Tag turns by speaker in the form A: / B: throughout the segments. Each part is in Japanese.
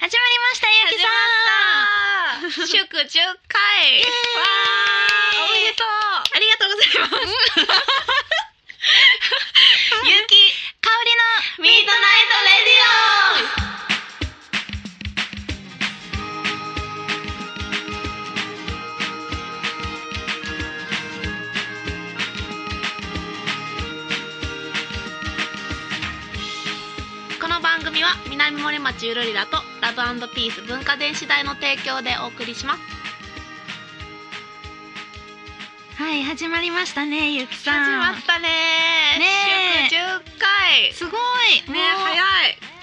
A: まりました、ゆうきさん。
B: 祝10回わーおめでとう
A: ありがとうござい ます。
B: ゆうき
A: 香りの
B: ミートナイトレディオ
A: この番組は南森町ゆるりらとラブピース文化電子台の提供でお送りしますはい始まりましたねゆき
B: 始
A: さん
B: まったね
A: ねえ
B: 祝10回
A: すごい
B: ね
A: もう
B: 早い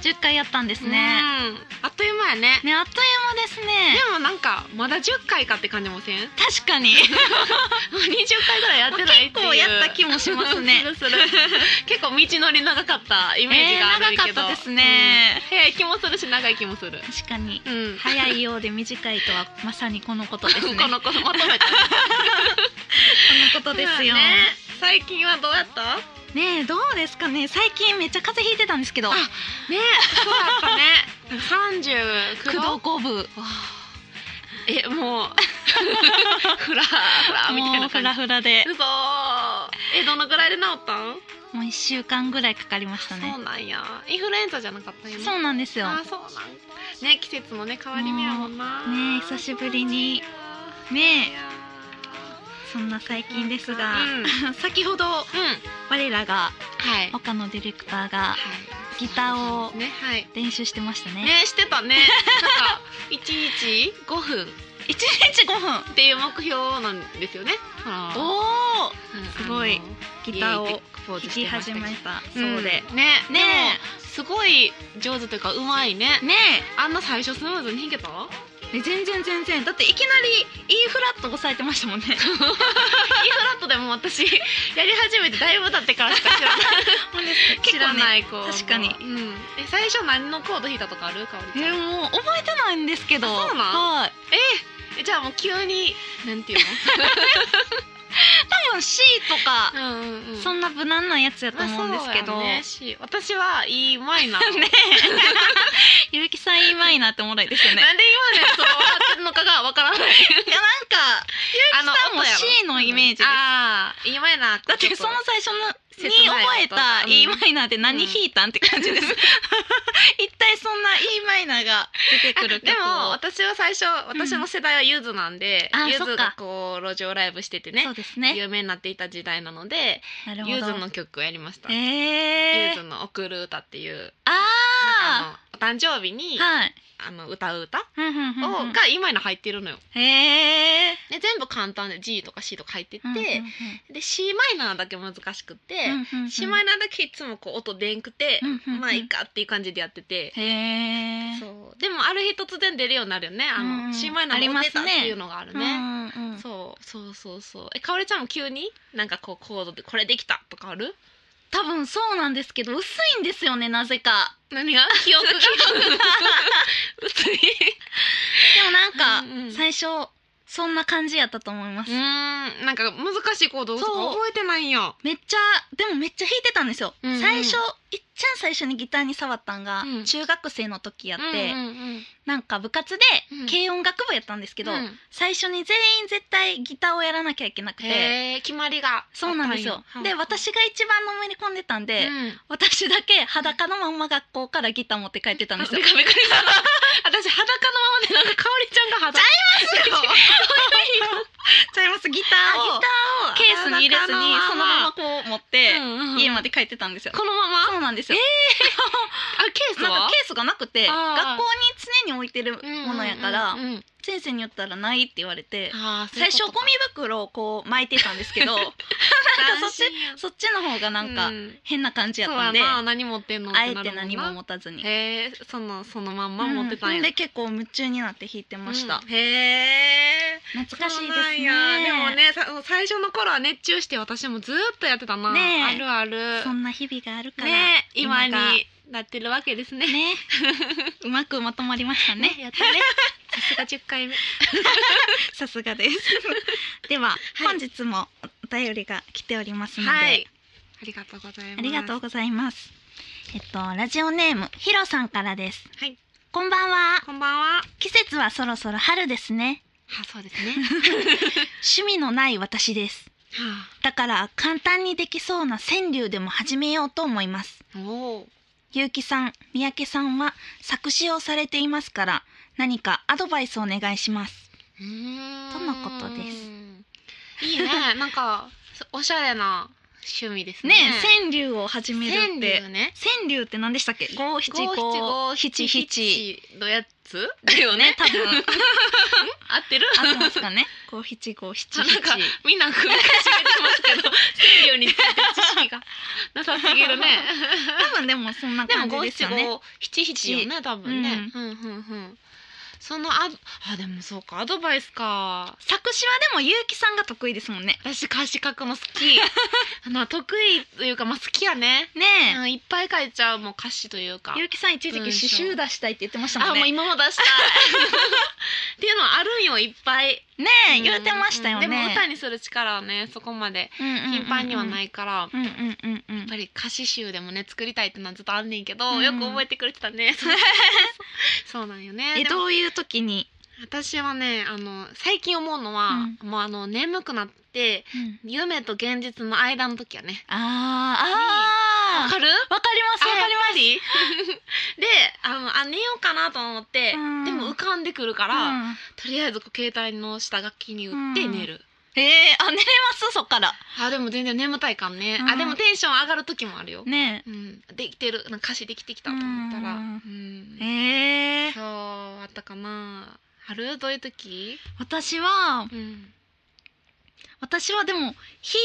A: 10回やったんですね、
B: うんあっという間やね
A: ねあっという間です
B: で
A: ね
B: もなんかまだ10回かって感じもせ ん
A: 確かに
B: 20回ぐらいやってないっていう
A: 結構やった気もし ますね
B: するする 結構道のり長かったイ
A: イ
B: メージがあるけど、
A: 長かったですね、
B: うん早い気もするし長い気もする
A: 確かに
B: うん
A: 早いようで短いとはまさにこのことですね
B: この子まとめた
A: このことですよ
B: ね最近はどうやった
A: ねえどうですかね最近めっちゃ風邪ひいてたんですけど
B: あねそうだったね三十
A: 工藤五部
B: えも うフラフラみたい
A: もう
B: な
A: フ
B: 感じ
A: ラフラで
B: うそえどのぐらいで治ったん、
A: もう1週間ぐらいかかりましたね
B: そうなんやインフルエンザじゃなかったんやね
A: そうなんですよ
B: あそうなんね季節もね変わり目やもんな
A: ねえ久しぶりに
B: い
A: ねえ
B: や
A: そんな最近ですが、
B: うん、うん
A: 先ほど我らが
B: はい
A: 岡野ディレクターが
B: はい
A: ギターを
B: ねはい
A: 練習してましたね
B: ねしてたね なんか一日五分
A: 1日5分
B: っていう目標なんですよねその
A: おお
B: うん
A: すご
B: あ
A: い
B: の
A: ギターを
B: イエイってポー
A: 弾
B: ズ
A: き
B: してました
A: 始
B: けど
A: めたそ
B: うん
A: うで、
B: ね
A: ね
B: ねすごい上手というかうまいね
A: ね
B: あんな最初スムーズに弾けた
A: え全然全然だっていきなり E フラット押さえてました もんね
B: E フラットでも 私やり始めてだいぶ経ってからしか知らない 知ら
A: い
B: ない子
A: 確かに
B: うんえ最初何のコード弾いたとかあるかおり
A: え
B: ちゃん
A: ーもう覚えてないんですけど
B: あそうなん
A: はい
B: えじゃあもう急になん ていう
A: 多分 C とか
B: のうんうんうん
A: そんな無難なやつやと思うんですけど、
B: まあそうやねし私は E マ イナーなんで
A: ねえゆうきさんいまいなっておもろいですよね
B: 今ねそう笑ってるのかがわ からない
A: いやなんか
B: あの
A: さんも C のイメージです
B: ああ E マイナー
A: だってその最初のに
B: 切ない
A: 覚えた
B: うん
A: E マイナーで何弾いたんって感じです、 一体そんな E マイナーが出てくる
B: で
A: 曲
B: も
A: を
B: 私は最初私の世代はゆずなんで
A: あー
B: ゆ
A: そっ
B: ず
A: か
B: がこう路上ライブしてて
A: そう
B: ね
A: ですね
B: 有名になっていた時代なので
A: なるほど
B: ゆずの曲をやりました、
A: え
B: ゆ
A: ー
B: ず、の「贈る歌」っていうあ
A: あ
B: のお誕生日に
A: あはい
B: あの歌う歌を
A: ふんふんふんふん
B: が今の入ってるのよ。
A: へえ
B: で全部簡単で G とか C とか入ってて、で C マイナーだけ難しくて、
A: し
B: C マイナーだけいつもこう音でんくて、まあいいかっていう感じでやってて。
A: へえ
B: そうでもある日突然出るようになるよねあの、
A: うん
B: C マイナーも出たっていうのがあるね
A: うんうん
B: そうそうそうそうえかおりちゃんも急になんかこうコードでこれできたとかある
A: 多分そうなんですけど薄いんですよねなぜか
B: 何が記 憶が薄い
A: でもなんか、
B: うんうん
A: 最初そんな感じやったと思います、
B: うーんなんか難しいコードとか
A: そう
B: 覚えてないんや
A: めっちゃでもめっちゃ弾いてたんですよ、
B: うんうん
A: 最初いっちゃん最初にギターに触ったんが、
B: うん
A: 中学生の時やって、
B: うんうん
A: なんか部活で
B: うん
A: 軽音楽部やったんですけど、
B: うん
A: 最初に全員絶対ギターをやらなきゃいけなくて
B: へえ決まりが
A: そうなんですよで私が一番のめり込んでたん
B: で
A: で、私だけ裸のまんま学校からギター持って帰ってたん
B: びっ
A: です
B: くり
A: よ
B: びっくりした私裸のままでなんかかおりちゃんが裸ちゃいますよ
A: ちゃいますギ
B: あ
A: ターをケースに入れずにそのまま
B: っ
A: こう持って家
B: ま
A: まで帰ってたんですよ、
B: このまま
A: そうなんですよ、
B: あケース
A: なんか
B: は
A: ケースがなくて
B: あ
A: 学
B: ー
A: 校に常に置いてるものやから、
B: うんうんうんうん
A: 先生に言ったらないって言われて
B: あーそういう
A: 最初
B: こ
A: ゴミ袋をこう巻いてたんですけ どなんか
B: と
A: そっちそっちの方がなんか
B: うん
A: 変な感じや
B: そ
A: っ
B: う
A: た
B: や
A: んで、
B: な何持ってんの
A: あえて何も
B: 持っ
A: 持たずに、
B: へえそのそのまんま持ってたん
A: う
B: や
A: んで結構夢中になって弾いてました、
B: うんへえ
A: 懐かしいですね
B: そうなんやでもねさ最初の頃は熱中して私もずーっとやってたな、
A: ねえ
B: あるある
A: そんな日々があるから
B: ねえ今
A: 今が
B: になってるわけですね
A: ねうまくまとまりましたね
B: やったねさすが10回目
A: さすがです では、本日もお便りが来ておりますので、
B: はいありがとうございます
A: ありがとう
B: う
A: ございます。えっとラジオネームひろさんからです。
B: はい。
A: こんばんは
B: こんばんは。
A: 季節はそろそろ春ですね
B: あ、そうですね。
A: 趣味のない私です
B: は
A: だから簡単にできそうな川柳でも始めようと思います
B: あ、 おお。
A: 結城さん三宅さんは作詞をされていますから何かアドバイスお願いします
B: うーん
A: とのことで。
B: いいね、なんか、おしゃれな趣味です
A: ね
B: ね。
A: え川柳を始めるって
B: 川柳ね。
A: 川柳って何でしたっけ五七五七七
B: のやつだよね
A: ね。多分
B: 合ってる？
A: 合ってますかね五七五七
B: なんか
A: 七
B: みんな首かしげてますけど、西洋について知識がなさすぎるね。
A: 多分でもそんな
B: でも
A: 感じ
B: 五
A: です
B: 七
A: よね
B: 五七七よね多分ね。うんうんうん。そのああでもそうかアドバイスか。
A: 作詞はでも結城さんが得意ですもんね
B: 私歌詞書くの好き。あの得意というかまあ好きやね。
A: ねえ
B: うんいっぱい書いちゃうもう歌詞というか。
A: 結城さん一時期
B: 文章
A: 詩集出したいって言ってました
B: あ
A: もん
B: もう
A: ね
B: 今も出したいっていうのはあるんよいっぱい
A: ねえ言ってましたよね
B: でも歌にする力はねそこまで頻繁にはないいから、
A: うんうんうんうん
B: やっぱり歌詞集でもね作りたいってのはずっとあんねんけど、
A: うん
B: よく覚えてくれてた ねそうそうなんよね
A: え
B: でも
A: どういう時に
B: 私はねあの最近思うのは、もうあの眠くなって夢と現実の間の時やねわ
A: あーあー
B: かる
A: わかりますわかります
B: り ますであのあ寝ようかなと思って、
A: うん
B: でも浮かんでくるから、
A: うん
B: とりあえずこう携帯の下書きに打って寝る、
A: えー、あ寝れますそっから
B: あでも全然眠たいかんね、
A: う
B: あ
A: ん
B: でもテンション上がる時もあるよ、
A: ね
B: うん、できてるなんか歌詞できてきたと思ったら、
A: う
B: うんん
A: ええー
B: そうあったかな春どういう時、
A: 私は
B: うん、
A: 私はでも弾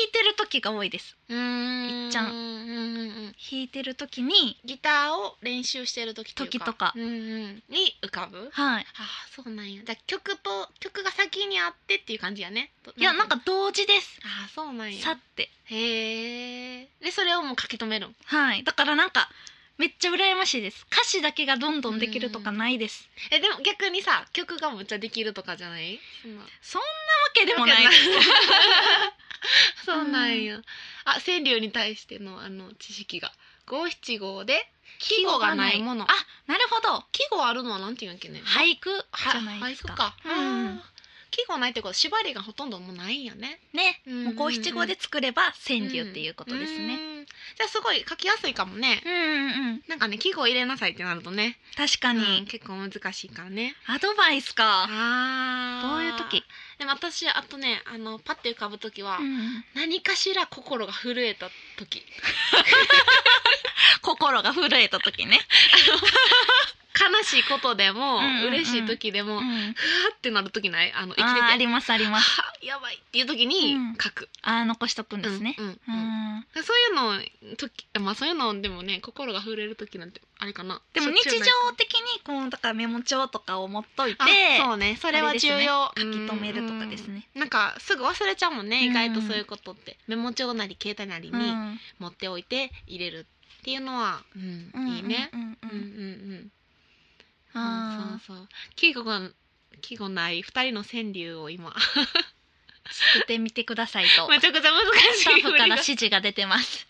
A: いてる時が多いです
B: うーん
A: いっちゃん
B: うんうんうん
A: 弾いてる時に
B: ギターを練習してる時というか
A: 時とか
B: うんうん、に浮かぶ
A: はい
B: あーそうなんやじゃあ曲と曲が先にあってっていう感じやねと
A: いやなんか同時です
B: あーそうなんや
A: さって
B: へえでそれをもう書き留めるん
A: はいだからなんかめっちゃ羨ましいです歌詞だけがどんどんできるとかないです
B: えでも逆にさ曲がむっちゃできるとかじゃないそんな
A: そんなわけでもないです
B: そうなんや、あ川柳に対してのあの知識が五七五で季語がないもの
A: あなるほど
B: 季語あるのはなんていうんやっけね
A: 俳句
B: は
A: じゃないですか
B: 俳句か、
A: うん
B: あー季語ないってことは縛りがほとんどもうないんやね
A: ね
B: うんうんうん
A: もう五七五で作れば川柳っていうことですね
B: うんじゃあすごい書きやすいかもね
A: うんうんうん
B: なんかね季語入れなさいってなるとね、
A: 確か
B: うん
A: に
B: 結構難しいからね
A: アドバイスか
B: あ
A: どういう時
B: でも私あとねあのパッて浮かぶ時は、何かしら心が震えた時
A: 心が震えた時ね
B: 悲しいことでも、
A: うんうんうん
B: 嬉しい時でも、ふわってなる時ないあの生き
A: あ
B: て
A: ーあ
B: て
A: りますあります
B: はあやばいっていう時に
A: うん
B: 書く、
A: あー残しとくんですね
B: うんうん
A: う
B: うん
A: ん
B: そういうの時まあそういうのでもね心が震える時なんてあれかな
A: でも日
B: しょっちゅう
A: 常
B: ない
A: 的にこうだからメモ帳とかを持っといて
B: あそうねそれは重要、
A: あれですね書き留めるとかですね
B: うんなんかすぐ忘れちゃうもんね意外と
A: うん
B: そういうことって、メモ帳なり携帯なり
A: う
B: に
A: ん
B: 持っておいて入れるっていうのは、うん
A: うん
B: いいね、
A: うんう
B: うんん、う
A: うん
B: うんんうん
A: あー
B: そうそう季語が季語ない二人の川柳を今
A: 作ってみてください と
B: めちゃくちゃ難
A: ス
B: し
A: タ
B: い
A: ッフから指
B: 振りが
A: 示が出てます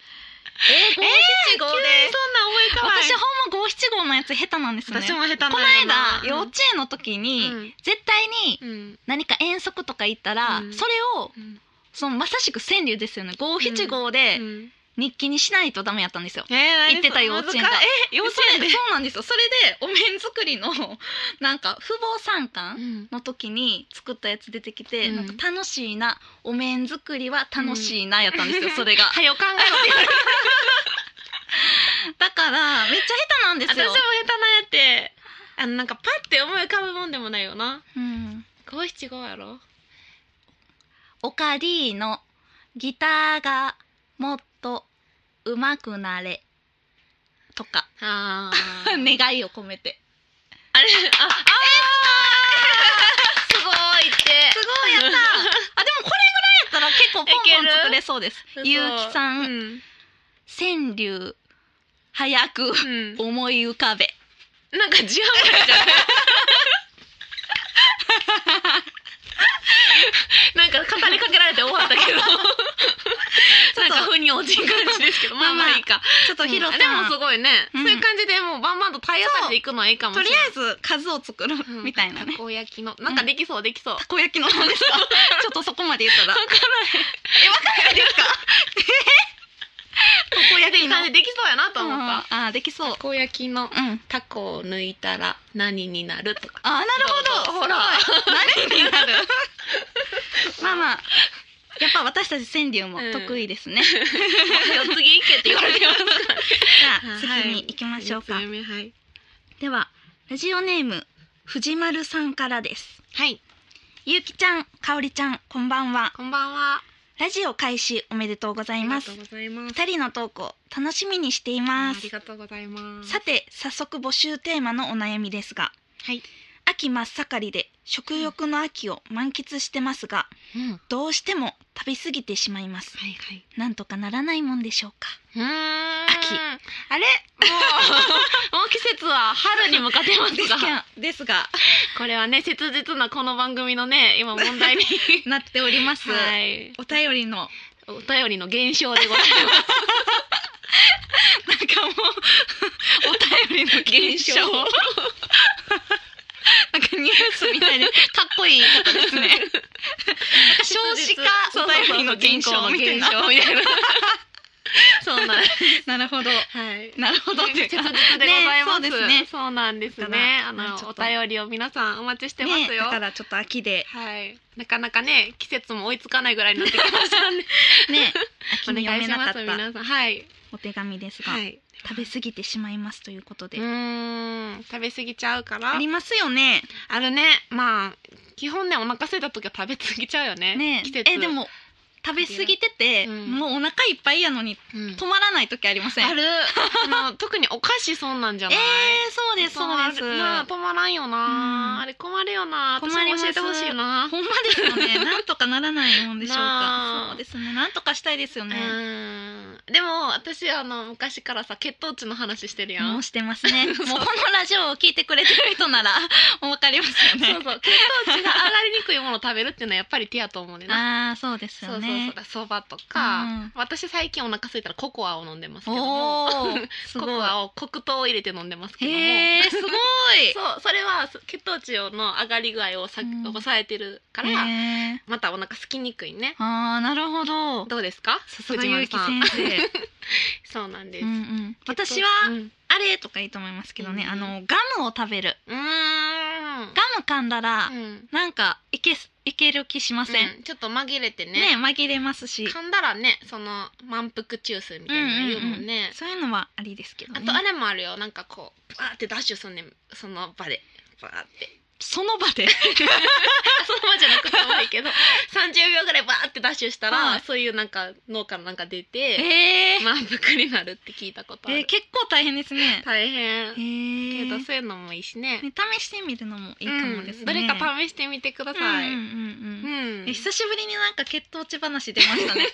B: えー、
A: 五
B: 急
A: 七五
B: にそんな
A: で
B: 思い浮かばない
A: 私ほんま五七五のやつ下手なんですよね
B: 私も下手な
A: この間幼稚園の時に
B: うん
A: 絶対に
B: うんうん
A: 何か遠足とか行ったら
B: うん
A: それを
B: うん
A: そのまさしく川柳ですよね五七五で
B: うん
A: 日記にしないとダメやったんですよ。
B: えー
A: 行ってた幼稚園が
B: 難え幼稚園で
A: それそうなんですよそれでお面作りの なんか父母参観
B: ん
A: の時に作ったやつ出てきて、
B: うん
A: なんか楽しいなお面作りは楽しいなやったんですよ、それが
B: はよ考え
A: だからめっちゃ下手なんで
B: ろって私
A: す
B: も下、手なん
A: よ
B: やってあのなんかパッて思い浮かぶもんでもないよな
A: うん、
B: 五七五やろ
A: オカリーのギターがもっと上手くなれとか
B: あ
A: 願いを込めて
B: あれあ
A: すごいってすごいやったあでもこれぐらいやったら結構ポンポン作れそうです
B: そう
A: ゆうきさ
B: うんん、
A: 川柳早く
B: うん、
A: 思い浮かべ
B: なんか字余りじゃないなんか語りかけられて終わったけど
A: ょ
B: なん
A: っと
B: か腑に落ちん感じですけどまあまあいいか
A: ちょっとヒロさん、
B: でもすごいね、
A: うん
B: そういう感じでもうバンバンと体当たりでいくのはいいかもし
A: と
B: れ
A: り
B: ない
A: あえず数を作る
B: うん
A: みたいなね
B: た、こ焼きのなんかできそうできそう、
A: たこ焼きの方ですかちょっとそこまで言ったら
B: わから
A: えわかんないですかえたこ焼
B: へ
A: き
B: ん
A: の
B: 感じできそうやなと思った、
A: うんあーできそう
B: たこ焼きの
A: うんあ
B: タコを抜いたら何になるとか
A: ーなるほど
B: ほら
A: 何になる まあまあやっぱ私たち川柳も得意ですね、じ
B: よ 次行け って言われてますか
A: ゃあ次に行きましょうか、
B: ら4つ目はい
A: ではラジオネーム藤丸さんからです
B: はい
A: ゆうきちゃんかおりちゃんこんばんは
B: こんばんは
A: ラジオ開始おめでとうござ
B: あ
A: い
B: り
A: ま
B: が
A: す
B: とうございます
A: 二人の投稿楽しみにしていま
B: あ
A: す
B: りがとうございます
A: さて早速募集テーマのお悩みですが
B: はい、
A: 秋真っ盛りで食欲の秋を満喫してますが
B: うん、はい
A: どうしても食べ過ぎてしまいます
B: はい
A: なんとかならないもんでしょうか
B: うーん
A: 秋
B: あれもう もう季節は春に向かって ます
A: です
B: が
A: が ですが
B: これはね切実なこの番組のね今問題に
A: なっておりま す、
B: はい
A: お便りのなんか
B: お便りの減少でございます
A: もうお便りの減少
B: 減少
A: なんかニュースみたい でかっこいいことですね少子化
B: そう
A: お便りの減少みたいな
B: 人口の減少みたいなそうなんです
A: なるほ ど
B: はい
A: なるほどっていう
B: 切
A: か
B: 実でございます、
A: ねそうですね
B: そうなんです
A: だか
B: ね
A: ら
B: あ
A: まあちょ
B: の
A: っ
B: お
A: と
B: 便りを皆さんお待ちしてます
A: ね
B: よ、
A: だからちょっと秋 で
B: はいなかなかね季節も追いつかないぐらいになってきました ね
A: ね秋
B: お願
A: に読
B: い
A: め
B: し
A: なか
B: ま
A: っ
B: す
A: た
B: 皆さんはい
A: お手紙ですが、
B: はい
A: 食べ過ぎてしまいますということ
B: う
A: で、
B: ーん食べ過ぎちゃうから
A: ありますよね
B: あるねまあ基本ねお腹空いた時は食べ過ぎちゃうよね
A: ね
B: 季節
A: えで、も食べ過ぎてて、
B: うん
A: もうお腹いっぱいやのに
B: うん
A: 止まらない時ありません
B: あるあ の特にお菓子そんなんじゃ
A: え
B: ない、
A: ー、そうです
B: 止
A: そう
B: ま
A: で
B: る
A: す
B: なあ止まらんよな、
A: うん
B: あれ困るよな
A: 困
B: 私も
A: ります
B: 教えてほしいな
A: ほんまですよ ねなんとかならないもんでしょうか
B: なあ
A: そうですねなんとかしたいですよね、
B: うんでも私あの昔からさ血糖値の話してるや
A: も
B: ん
A: うしてますね もう
B: そう
A: このラジオを聞いてくれてる人なら もうわかりますよ
B: そうそう
A: ね
B: 血糖値が上がりにくいものを食べるっていうのはやっぱり手やと思うねんな
A: ああそうです
B: そうそ
A: よ
B: う
A: ね
B: そうだそばとか、
A: うん
B: 私最近お腹空いたらココアを飲んでますけども
A: おーす
B: コ
A: ごい
B: コアを黒糖を入れて飲んでますけども
A: へえすごい
B: そうそれは血糖値の上がり具合をさ、
A: うん
B: 抑えてるから、
A: へー
B: またお腹空きにくいね
A: ああなるほど
B: どうですか
A: さすが
B: 藤
A: ゆ
B: 丸
A: うき
B: さん
A: 先生
B: そうなんです、
A: うん、うん、私は
B: うん
A: あれとかいいと思いますけどね、
B: うん
A: あのガムを食べる
B: うーん
A: ガム噛んだら、
B: うん
A: なんかいけすいける気しません、
B: うんちょっと紛れて
A: ね
B: ね
A: 紛れますし
B: 噛んだらねその満腹中枢みたいなの言うもんね、
A: そういうのはありですけど、ね、
B: あとあれもあるよなんかこうバーってダッシュすんねんその場でバーって
A: その場で
B: あその場じゃなくてもいい けど30秒ぐらいバーってダッシュしたら、
A: はい
B: そういうなんか脳からなんか出
A: え
B: て
A: ー
B: 満腹になるって聞いたことあ
A: え
B: る、
A: ー結構大変ですね
B: 大変
A: えー
B: けど
A: ね、
B: そういうのもいいしね
A: 試してみるのもいいかもですね、
B: うんどれか試してみてください、
A: うん
B: う
A: うんんうん、うん、え久しぶりになんか血糖値話出ましたね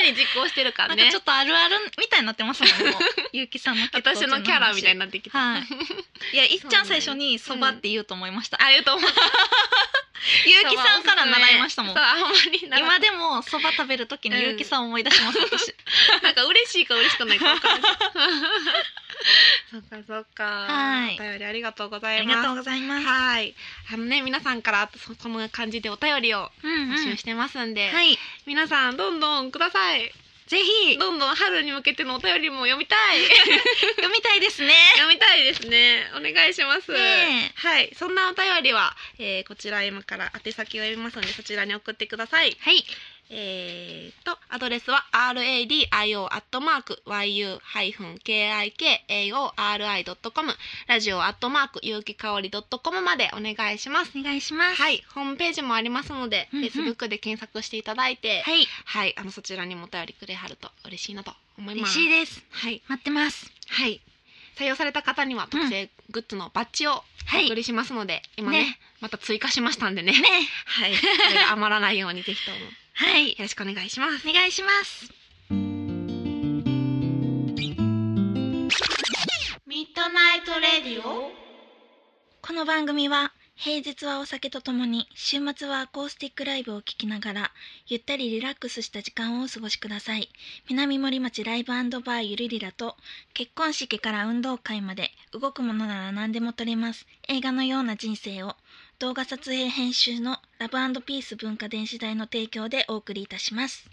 B: 常に実行してるから
A: なんか
B: ね
A: ちょっとあるあるみたいになってますも んもうゆうきさんの血糖値
B: 私のキャラみたいに
A: な
B: なってきた、
A: はいいやいっちゃん最初にそ
B: そうな
A: ば
B: んです
A: って言うと思いました、
B: ああいうと思う
A: ゆうきさんから習いましたもん
B: そうあんまりな
A: 今でもそば食べるときに
B: うん
A: ゆうきさんを思い出します私
B: なんか嬉しいか嬉しくないか分かん ないそっかそっか
A: はい
B: お便 りありがとうござ
A: あ
B: い
A: り
B: ます
A: がとうございます
B: はいあのね皆さんからそこの感じでお便りを
A: うんうん
B: 募集してますんで、
A: はい
B: 皆さんどんどんください
A: ぜひ
B: どんどん春に向けてのお便りも読みたい
A: 読みたいですね
B: 読みたいですねお願いします、
A: ねえ
B: はいそんなお便りは、えーこちら今から宛先を読みますのでそちらに送ってください
A: はい
B: えー、とアドレスは radio.yu-kikaori.com ラジオ .yukicaori.com までお願いします
A: お願いします
B: はいホームページもありますので、
A: うんうん
B: Facebook で検索していただいて
A: はい
B: はいあのそちらにもお便りくれはると嬉しいなと思い
A: 嬉
B: ます
A: しいです
B: はい
A: 待ってます
B: はい採用された方には特製グッズのバッジを
A: は
B: お
A: い
B: 送
A: ね
B: りしますので、今ね
A: ね
B: また追加しましたんでね はいこれが余らないよう にぜひともよ
A: はい
B: ろしくお願いします
A: お願いします
B: ミッドナイトレディオ
A: この番組は平日はお酒とともに週末はアコースティックライブを聴きながらゆったりリラックスした時間をお過ごしください南森町ライブバーゆるりらと結婚式から運動会まで動くものなら何でも撮れます映画のような人生を動画撮影編集のラブピース文化電子代の提供でお送りいたします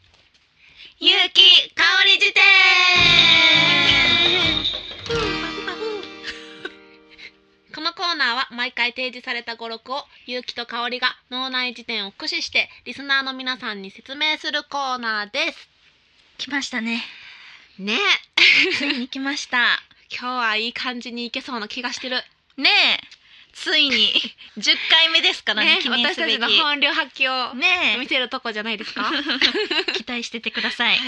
C: ゆうきかおり辞典
B: このコーナーは毎回提示された語録をゆうきと香りが脳内辞典を駆使してリスナーの皆さんに説明するコーナーです
A: 来ましたね
B: ね
A: ついに来ました
B: 今日はいい感じにいけそうな気がしてる
A: ねえつい に10回目ですからね
B: ね
A: 記念
B: 私
A: す
B: た
A: べ
B: ち
A: き
B: の本領発揮を見
A: ね
B: せるとこじゃないですかは
A: え期待しててください
B: い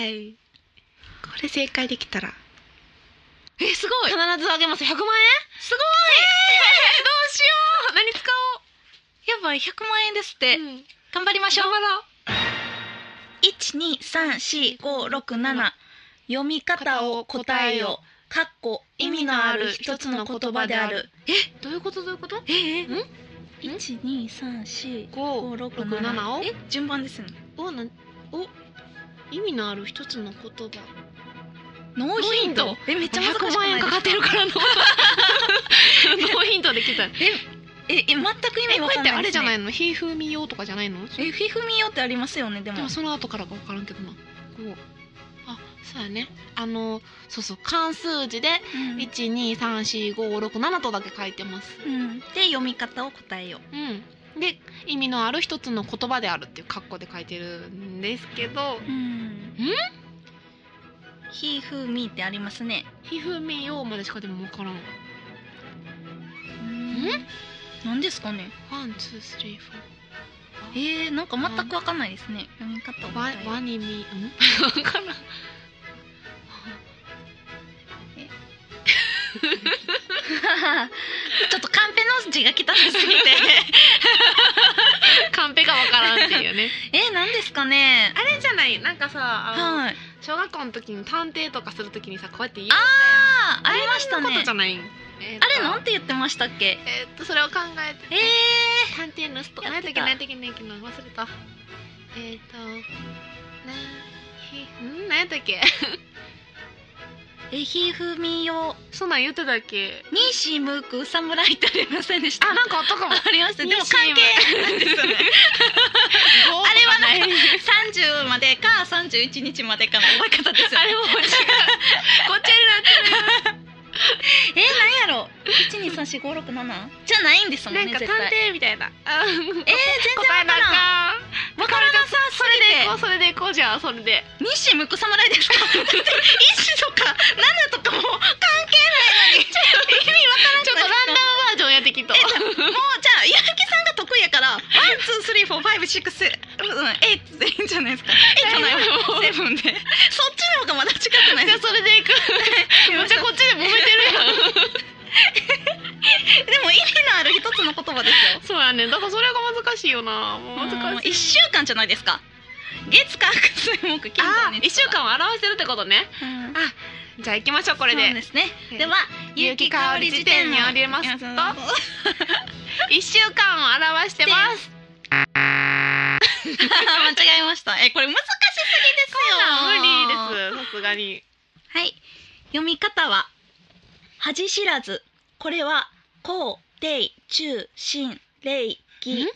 B: これ正解できたら
A: えすご
B: 必ずあげます100万円
A: すごい、
B: どうしよう何使
A: やばい100万円ですって、
B: おう、うん、
A: 頑張りましょう
B: 頑張ろう
A: 一二三四五六七読み方を答えよかっこ意味のある一つの言葉である
B: えどういうことどういうこと
A: え
B: んん
A: 一二三四
B: 五
A: 五
B: 六
A: 六
B: 七
A: 七
B: を
A: え順番ですね
B: おなんお意味のある一つの言葉
A: ノーヒン
B: ノー
A: トえめっちゃ難しくないです
B: ってる からのノーヒントできたえ
A: ええ全く意味
B: こ
A: わ
B: れ
A: か
B: っ
A: ん
B: て
A: ない
B: あれじゃないいのひふみようとかじゃないの
A: えフィフミよってありますよね
B: で
A: でも
B: もその後からが分からんけどなこうあそうやねあのそうそう漢数字で
A: うん
B: 一二三四五六七とだけ書いてます
A: うんで読み方を答えよ
B: うんで意味のある一つの言葉であるっていう括弧で書いてるんですけど
A: うんひふみってありますね
B: ひふみようまでしかでも分からん
A: うんなんですかね
B: ワンツースリーフォー
A: えー、なんか全くわかんないですね読み方を
B: ワ
A: 答えよ
B: ワニミん分からん
A: ちょっとカンペの字が汚すぎて
B: カンペがわからんっていう ね
A: えなんですかね
B: あれじゃないなんかさあの
A: はい
B: 小学校の時に探偵とかする時にさこうやって言う
A: あありました
B: のこと
A: ね
B: じゃない、
A: あれなんんて言ってましたっけ
B: えーっとそれを考えて
A: え
B: 探偵のスト
A: や
B: 何
A: っ
B: や
A: て
B: った
A: た
B: っけ何やったっけ何やったっけな忘れたえーっとなひん何やったっけ
A: ー、えひふみよ
B: そんなん言ってたっけ
A: にしむくさむらいってありませんでした
B: あなんかあったか も
A: ありましたでも関係ないですよ ね
B: あれはない
A: 30までか31日までかの覚え方ですよ、
B: あ
A: ね、
B: れ も違うこっち
A: えなんやろ1234567じゃないんですもん
B: な
A: ね
B: んか
A: 絶
B: 探
A: 対
B: 偵みたいなあ
A: えー、全然わからん
B: らん
A: わからなさそれで
B: こうそれでこうじゃあそれで
A: 西向く侍です かだって一とか七とかもう関係ないのにちょっと意味わからん
B: ちょっとランダムバージョンやってきっと
A: ダムもうじゃあ矢作さんが得意やからワンツースリーフォーファイブシックスうんエイトでいいんじゃないですかエイトじゃないわセブンでそっちの方がまだ近くない
B: じゃあ
A: ですか
B: それでい くめっちゃこっちで揉めてるやん
A: でも意味のある一つの言葉ですよ
B: そうやねだからそれが難しいよなもう
A: もう
B: 難しい
A: 一週間じゃないですか月火水木金
B: あ
A: 土
B: ー
A: 日
B: 一週間を表してるってことね
A: うん
B: じゃあ行きましょうこ
A: こ
B: れ
A: そう
B: で
A: ですね
B: はい
A: では
B: 有機香り辞典によりますと一週間を表してます
A: 間違えました。え、これ難しすぎですよ。
B: あ無理ですさすがに
A: す。はい。読み方は恥知らず。これはこう、でい、中、心、礼、義、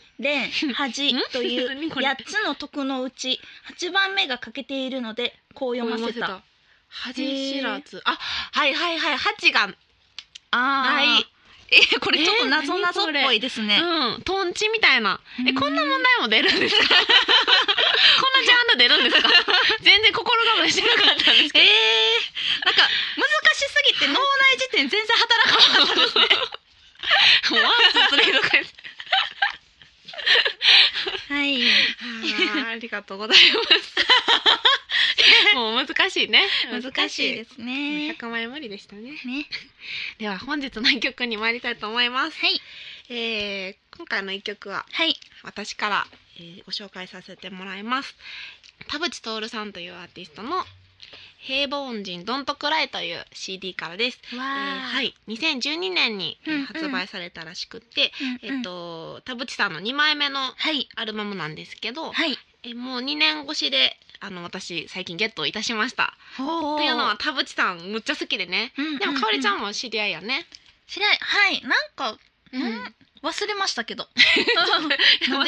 A: 廉、恥
B: ん
A: と いう
B: 何これ
A: 八つの徳のうち八番目が欠けているのでこう読ませた。あ
B: 恥知らずあはいはいはい八が
A: あ
B: ー
A: はい。え、これちょっと謎謎っぽいですね。
B: うんトンチみたいなえ
A: うん
B: こんな問題も出るんですか こんなジャンル出るんで すか全然心構えしてなかったんです
A: え
B: けど
A: ー、なんか難しすぎて脳内辞典全然働かなかったですね。
B: もうワンツースリーとか言って
A: はい。
B: あーありがと うございます。もう難しいね。。
A: 難しいですす ね。
B: 100万円無理でしたね。
A: ね。
B: では本日の一曲に参りたいと思います。
A: はい。
B: えー、今回の一曲は
A: はい。
B: 私から、えーご紹介させてもらいます。田淵徹さんというアーティストの、平凡人どんとくらいという CD からです。えー
A: わ
B: は、
A: はい
B: 2012年にえー
A: うんうん
B: 発売されたらしくって、
A: うんうん
B: えっと田淵さんの2枚目の
A: はい
B: アルバムなんですけど、
A: はい
B: えーもう2年越しであの私最近ゲットいたしました。
A: ほ
B: というのは田淵さんむっちゃ好きでね。
A: うんうんうん
B: でもかおりちゃんも知り合いやね。
A: 知らないはいなんか
B: うん
A: 忘れました けど
B: な
A: なんん
B: で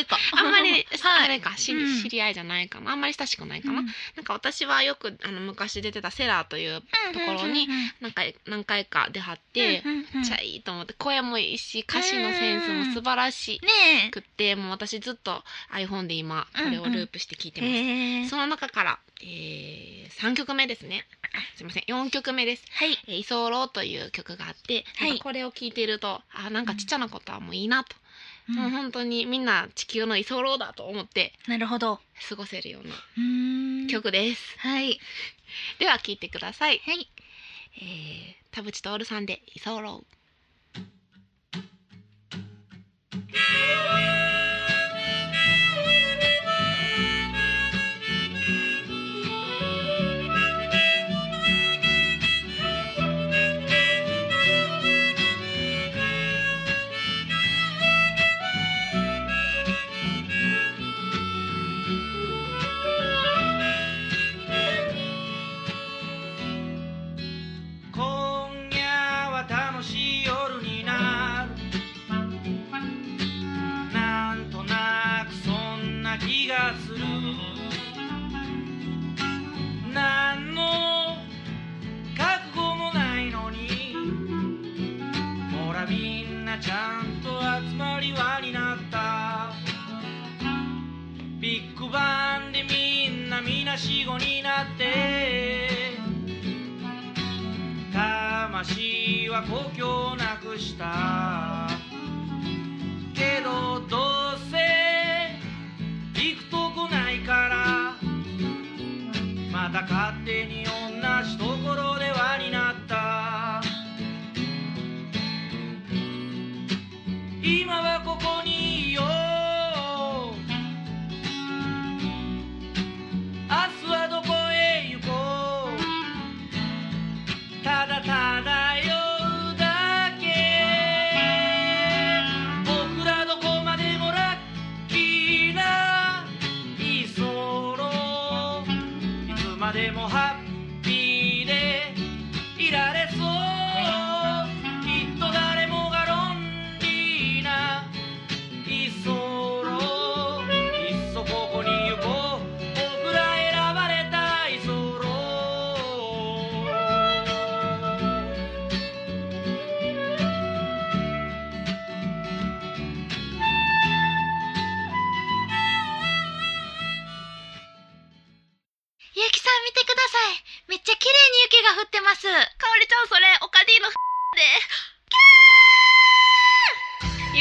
A: でか
B: あんまり、
A: は
B: あ
A: い
B: れか知り
A: うん
B: 知り合いじゃないかなあんまり親しくないかな、
A: うん
B: なんか私はよくあの昔出てたセラーというところになんか何回か出はって、
A: うんうんうん
B: めっちゃいいと思って声もいいし歌詞のセンスも素晴らし
A: ね
B: くってもう私ずっと iPhone で今これをループして聴いて
A: え
B: ます、
A: へー
B: その中から、えー、3曲目ですねあすいません4曲目です
A: はい
B: 「えー居候」という曲があって、
A: はい
B: なんかこれを聴いているとあなんかちっちゃなことはもういいなと、もう
A: うん
B: 本当にみんな地球の居候だと思って
A: なるほど
B: 過ごせるような
A: うーん
B: 曲です、
A: はい
B: では聴いてください、
A: はい
B: えー、田淵徹さんで「居候」
D: 今夜は楽しい夜になるなんとなくそんな気がする何の覚悟もないのにほらみんなちゃんと集まり輪になったビッグバンでみんなみな死後になって魂は故郷をなくしたけどどうせ行くとこないからまた勝手に同じところで輪になった今はここにいよう明日はどこへ行こうただただ酔うだけ僕らどこまでもラッキーないいそろいつまでもハッピーでいられそうきっと誰もがロンリーないっそろいっそここに行こう僕ら選ばれたいそろ
A: ゆきさん見てくださいめっちゃ綺麗に雪が降ってます
B: かおりちゃんそれオカディの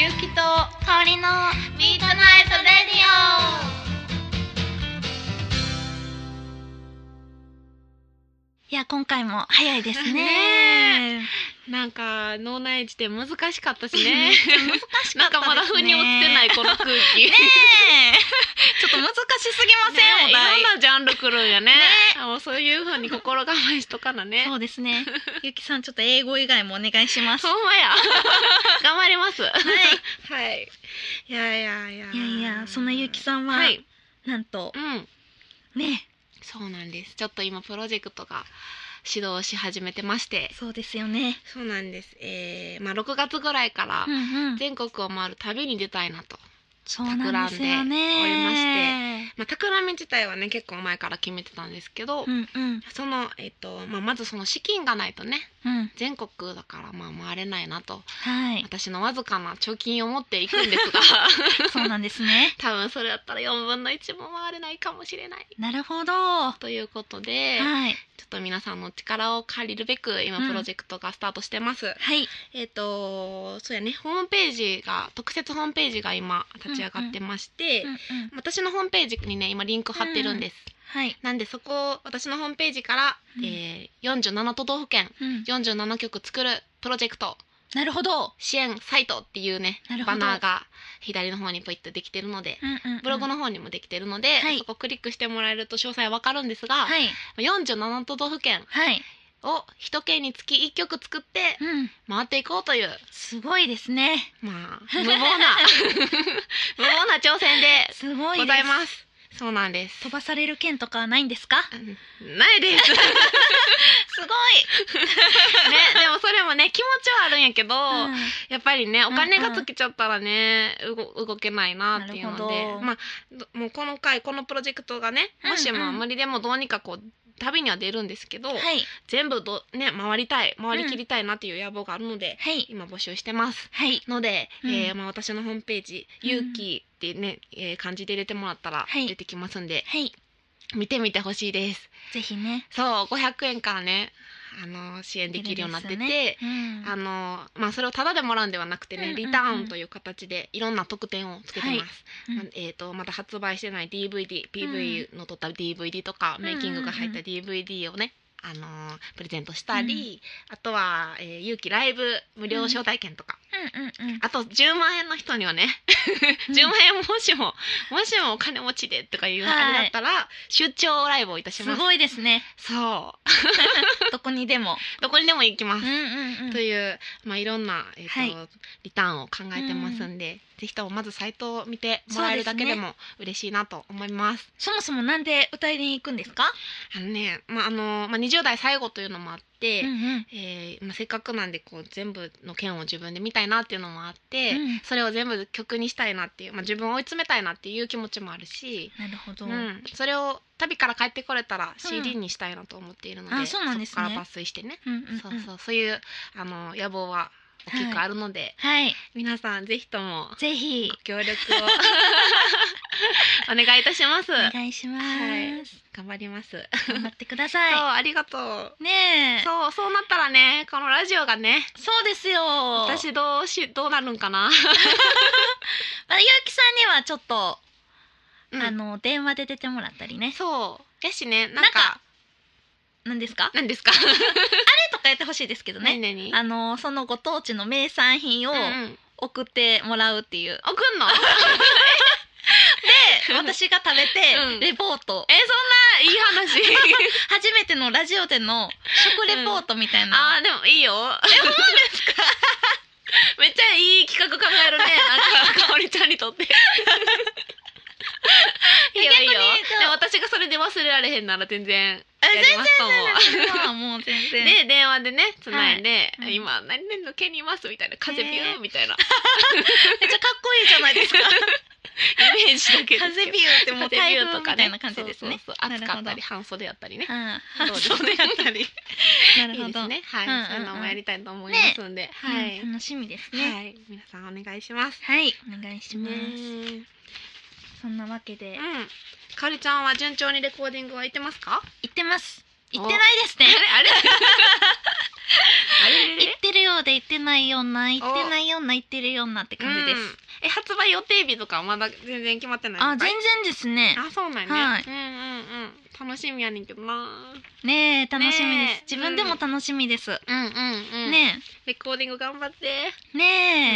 B: でゆうきと
A: 香りの
B: ミートナイトレディ
A: いや今回も早いです
B: ね
A: ね
B: オなんか脳内時点難しかったしね
A: 難しかったですね
B: なんかまだ腑に落ちてないこの空気ね
A: ちょっと難しすぎません、お
B: い
A: 題
B: ろんなジャンル来るんやね
A: ね
B: あもうそういう風に心構えしとかなね
A: そうですねゆきさんちょっと英語以外もお願いします
B: ほんま や頑張りますはい、い、やいやいや
A: いやいやそのゆきさんは、
B: はい
A: なんと
B: うん
A: ね
B: そうなんですちょっと今プロジェクトが始動し始めてまして
A: そうですよね
B: そうなんです。えー、まあ6月ぐらいから
A: うんうん
B: 全国を回る旅に出たいなと。
A: そうなんですよね
B: まあ企み自体はね結構前から決めてたんですけど、
A: うんうん
B: そのえっ、とまあまずその資金がないとね
A: うん
B: 全国だからまあ回れないなと。
A: はい
B: 私のわずかな貯金を持っていくん ですが、
A: そうなんですね
B: 多分それだったら4分の1も回れないかもしれない。
A: なるほどは
B: ということで、
A: い
B: ちょっと皆さんの力を借りるべく今
A: うん
B: プロジェクトがスタートしてます。
A: はい
B: えっ、とそうやねホームページが特設ホームページが今立ち上がってまして、
A: うんうん
B: 私のホームページにね今リンク貼ってるんです、
A: はい
B: なんでそこを私のホームページから、
A: うん
B: えー47都道府県
A: うん
B: 47曲作るプロジェクト
A: なるほど
B: 支援サイトっていうね
A: なる
B: バ
A: ほど
B: ナーが左の方にポイッとできてるので、
E: うんうん
B: ブログの方にもできてるので、
A: はい
B: そこクリックしてもらえると詳細わかるんですが、
A: はい
B: 47都道府県
A: はい、
B: を一県につき1曲作って
A: うん、
B: 回っていこうという
A: すごいですね
B: まあ無謀な無謀な挑戦です
A: ごい
B: ご
A: です
B: ざいます。そうなんです。
A: 飛ばされる件とかはないんで すか
B: うんない です。ね、
A: すごい、
B: でもそれもね気持ちはあるんやけど、
A: うん
B: やっぱりねお金
A: うん
B: が
A: うん
B: 尽きちゃったらね、うご動けないなっていうの
A: なる
B: で
A: ほど
B: まあどもうこの回このプロジェクトがねもし
A: うんう
B: も
A: ん
B: 無理でもどうにかこう旅には出るんですけど、
A: はい
B: 全部どね回りたい回りきりたいなっていう野望があるので、
A: はい
B: 今募集してます。
A: はい
B: ので、
A: うん
B: えーまあ、私のホームページ「
A: うん
B: 勇気」ってね、えー漢字で入れてもらったら
A: はい
B: 出てきますんで、
A: はい
B: 見てみてほしいです。
A: ぜひね
B: そう500円からねあの支援できるようになってて、
A: いいですよねうん
B: あのまあ、それをタダでもらうんではなくてね、
A: うんうんうん
B: リターンという形でいろんな特典をつけてます、
A: はいうん
B: まあえー、とまだ発売してない DVD PV の撮った DVD とか、
A: ん
B: メイキングが入った DVD をねあのープレゼントしたり、あとは、えー、勇気ライブ無料招待券とか、
A: うんうんうん
B: あと10万円の人にはね10万円もしももしもお金持ちでとかいうあれだったら、出張ライブをいたしますす
A: ごいです ね
B: そう
A: どこにでも
B: どこにでも行きま
A: うん
B: す。
A: うんうん
B: という、まあ、いろんな、えーと
A: はい
B: リターンを考えてますんで、ぜひともまずサイトを見てもらえるだけでも嬉しいなと思います。
A: そもそもなんで歌いに行くんですか、
B: あのね、まああのまあ、20代最後というのもあって、
A: うんうん
B: えーまあ、せっかくなんでこう全部の件を自分で見たいなっていうのもあって、
A: うん
B: それを全部曲にしたいなっていう、まあ、自分を追い詰めたいなっていう気持ちもあるし、
A: なるほど、
B: うん、それを旅から帰ってこれたら CD にしたいなと思っているので、
A: あそうなんですね
B: そこから抜粋してね
A: うんうんうん
B: そうそうそういうあの野望は大きくあるので、
A: はい
B: 皆さんぜひとも
A: ぜひ
B: ご 協力をお願いいたします。
A: お願いします、
B: はい頑張ります。
A: 頑張ってくだ
B: そう
A: さ
B: ありがとう。
A: いねえそ
B: そうそうなったらねこのラジオがね
A: うですよ
B: 私どうしどうなるんかな。
A: まあ、ゆうきさんにはちょっと、
B: うん
A: あの電話で出てもらったりね
B: そうやしねなん
A: なん
B: か
A: か何ですか
B: なんですか
A: とかやってほしいですけど
B: 何
A: ね
B: 何
A: あのそのご当地の名産品を
B: うんうん
A: 送ってもらうっていう、
B: 送んの
A: で私が食べ
B: うん
A: てレポート、
B: えそんないい話
A: 初めてのラジオでの食レポートみたいな、
B: あーでもいいよ。 めっちゃいい企画考えるね。なんか、かおりちゃんにとって。いいよ
A: 逆
B: い
A: に
B: いよ。
A: じゃあ
B: でも私がそれで忘れられへんなら全然
A: え
B: やりますと思う。
A: 全然 まあもう全然
B: で電話でねつないで、
A: はいうん
B: 今何々の毛にいますみたいな風ビューみたいな、
A: めっちゃかっこいいじゃな いですか
B: イメージだけです
A: 風
B: け
A: ビ
B: ど
A: ューってもう台
B: 風
A: 風
B: と
A: み
B: か
A: た
B: ね
A: いな感じですね
B: そうそうそう暑かっ
A: な
B: た
A: る
B: り半袖やったりね
A: あ
B: どうでしょう ね
A: たりなる
B: いい
A: ほ
B: です
A: ど
B: ねはい、
A: うんうんうん
B: そういうのもやりたいと思いますんで、はい、
A: うん楽しみですね
B: はい皆さんお願いします
A: はい、お願いします、
B: ね
A: そんなわけで
B: うん。かおりちゃんは順調にレコーディングは行ってますか？
A: 行ってます
B: お
A: 行ってないですね
B: あれあれ
A: 行ってるようで行ってないような行ってないような行ってるようなって感じです、
B: うんえ発売予定日とかまだ全然決まってないのかい。
A: あ、全然ですね
B: あそうなんやね。
A: はい
B: うんうんうん。楽しみやねんけどな。
A: ねえ楽しみです
B: ねえ
A: 自分でも楽しみです、
B: うんうんね。
A: ね
B: レコーディング頑張って。
A: えね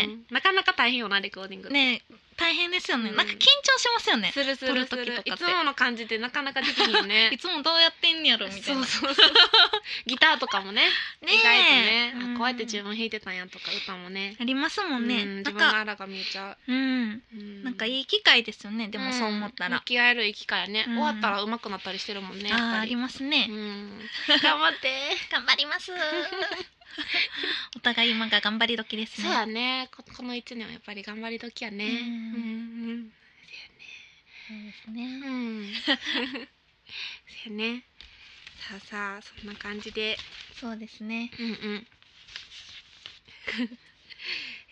A: え、
B: うんなかなか大変よなレコーディング。。
A: ねえ大変ですよね、
B: うん
A: なんか緊張しますよね
B: するするす
A: 撮る時
B: る
A: と。か
B: い
A: って
B: つもの感じでなかなかできひんよ ね
A: い。つもどうやってんやろみたい
B: そ
A: な
B: うそうそう。 ギターとかもね。
A: ね
B: 意外とね、
A: ん
B: あこうやって自分弾いてたんやとか歌もね。
A: ありますもんね、
B: うん自
A: なん
B: 分の
A: か
B: あらが見えちゃう。
A: うん
B: な
A: なんかいい機会ですよねでもそう思ったら
B: 向、き合える生き方やね、
A: うん
B: 終わったら上手くなったりしてるもんねやっ
A: あー
B: ぱ
A: あり
B: り
A: ますね、
B: うん頑張って
A: 頑張 りますお互い今が頑張り時ですね
B: そうやねここの一年はやっぱり頑張り時やね
A: うん
B: うん
A: そうです
B: うん
A: ね
B: うんそうやねさあさあそんな感じで
A: そうですね
B: うんうん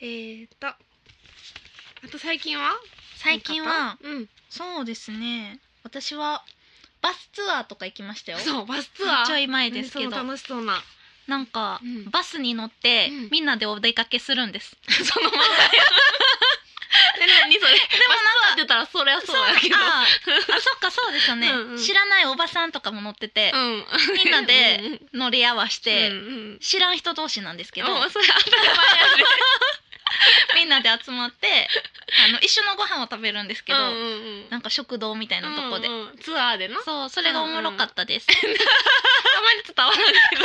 B: えーっとあと最近は
A: 最近は
B: うん
A: そうですね私はバスツアーとか行きましたよ
B: そうバスツアー
A: ちょい前ですけど
B: うんその楽しそうな
A: なんか、
B: うん
A: バスに乗って、
B: うん
A: みんなでお出かけするんです
B: そのまま何それ
A: もな
B: バス座って
A: んか
B: たらそりゃそうやけど
A: あーあそっかそうですよね
B: うんうん
A: 知らないおばさんとかも乗ってて、
B: うん
A: みんなで乗り合わし
B: で
A: て、知らん人同士なんですけど、
B: おそれ当たり前やね
A: みんなで集まってあの一緒のご飯を食べるんですけど、
B: うん
A: なんか食堂みたいなとこで、
B: うんうんツアーでな
A: そうそれがおもろかったです、
B: たまに伝わらんけ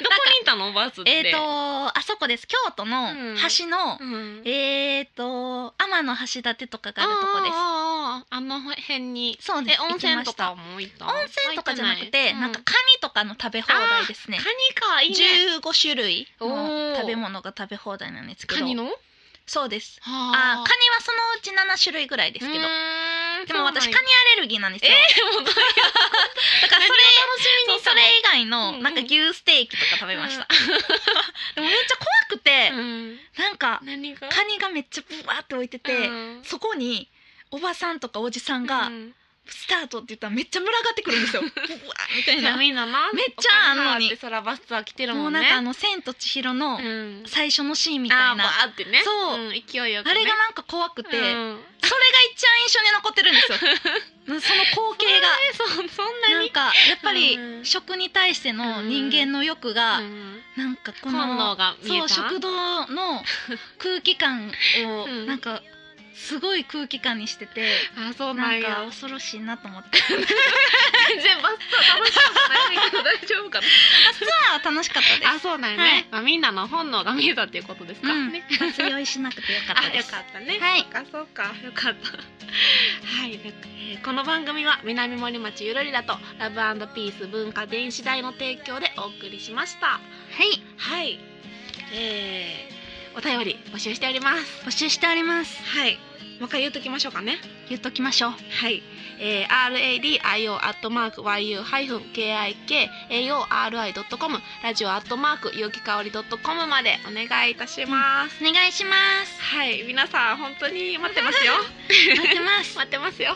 B: どどこにいたのバスって
A: えっ、とあそこです京都の
B: うん
A: 橋の、
B: うん
A: えっ、と天の橋立とかがあるとこで
B: あーあ
A: す
B: ーあーあの辺に
A: そうです
B: え温泉とか
A: 行きまし
B: も行った
A: た温泉とかじゃなくて、なんかカニとかの食べ放題ですね
B: カニかいいね
A: 15種類
B: お
A: の
B: ー
A: 食べ物が食べ放題なんですけど
B: カニの
A: そうですあー
B: あ
A: カニはそのうち7種類ぐらいですけどでも私カニ
B: カニ
A: アレルギーなんですよ、
B: えー、もうどう
A: だからそれ
B: みにした
A: そう
B: の
A: それ以外
B: うんう
A: の
B: ん
A: なんか牛ステーキとか食べました、 でもめっちゃ怖くて、
B: うん、
A: なんか
B: 何が
A: カニがめっちゃブワーって置いてて、
B: うん
A: そこにおばさんとかおじさん
B: う
A: が
B: ん
A: スタートって言ったらめっちゃ群がってくる んですよブワーみたい
B: じゃあ
A: な
B: みんなな
A: めっちゃあんのに
B: お金払ってそらバスツアー来てる
A: も
B: も
A: うんな
B: ね
A: んかあの「千と千尋」の
B: うん
A: 最初のシーンみた
B: あー
A: いな、
B: バーってね
A: そう、
B: ん勢いよく、ね、
A: あれがなんか怖くて、それが
B: うん
A: 一番印象に残ってるんですよそ の光景が
B: えーそそんな
A: なん
B: に
A: かやっぱり
B: うん
A: 食に対しての人間の欲が、
B: うん
A: なんかこの
B: 本能が見え
A: そう
B: た
A: 食堂の空気感を
B: うん
A: なんかすごい空気感にしてて、
B: あそうな
A: なん
B: んや
A: か恐ろしいなと思って。
B: 全然バスツアー楽しかったないけど大丈夫かな
A: ツアーは楽しかったで
B: あそうなんやね、
A: はい
B: まあ、みんなの本能が見えたっていうことです
A: す。
B: か、
A: うん
B: ね、
A: バス酔いしなくてよかった
B: あ
A: で
B: よ
A: す。
B: かったね
A: はい
B: そうかそうかよかったはい、でえーこの番組は南森町ゆるりだとラブピース文化電子代の提供でお送りしました
A: はい、
B: はいえー、お便り募集しております
A: 募集しております。
B: はいもう一回言っときましょうかね
A: 言っときましょう。
B: はい、えー、radio アットマーク yu ハイフン kik aori ドットコムラジオアットマーク有機香りドットコムまでお願いいたします。
A: お願いします。
B: はい、皆さん本当に待ってますよ。
A: 待ってま す。
B: 待ってますよ。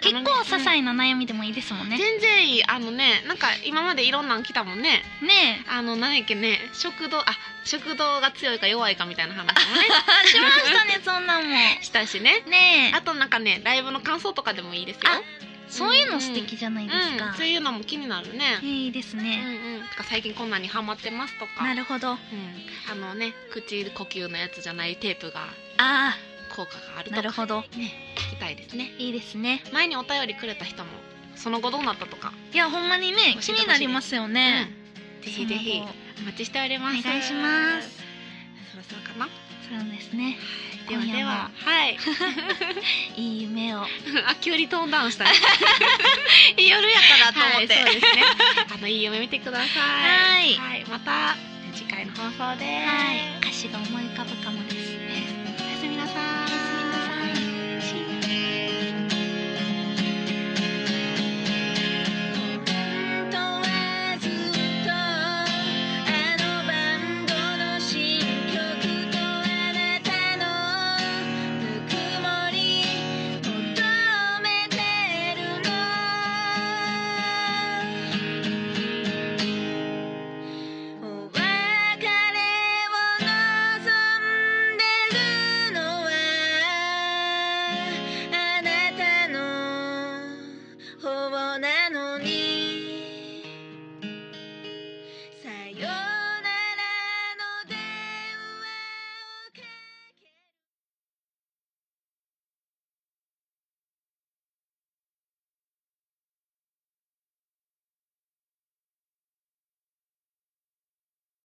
A: 結構些細な悩みでもいいですもんね。
B: 全然いいあのね、なんか今までいろんなん来たもんね。
A: ね
B: あの何やっけね、食堂あ食堂が強いか弱いかみたいな話もね
A: え、しましたね、そんなんも。ね
B: したし ね。
A: え、
B: あとなんかね、ライブの感想とかでもいいですよ。
A: あそういうの素敵じゃないです
B: うん、
A: か
B: そう。いうのも気になるね。
A: いいです
B: うん
A: ね。
B: うん。とか最近こんなにハマってますとか。
A: なるほど。あ
B: うん、あのね口呼吸のやつじゃないテープが
A: あ
B: 効果がある
A: ー、
B: と
A: なるほど。
B: ね聞きたいですね
A: いいですね。
B: 前にお便りくれた人もその後どうなったとか、
A: いや、ほんまにね、
B: 教えてほし
A: 気
B: い
A: になりますよね。
B: うんぜひぜひお待ちしております
A: お願いします
B: そろそろかな
A: そうですね。
B: では
A: 今
B: で
A: 夜も
B: ははい
A: いい夢を。
B: あ急にトーンダウンしたね
A: いい夜やから
B: はいそうですね あのいい夢見てください
A: はい
B: はいまた次回の放送で
A: はい、歌詞が思い浮かぶかもです。
B: おやすみなさい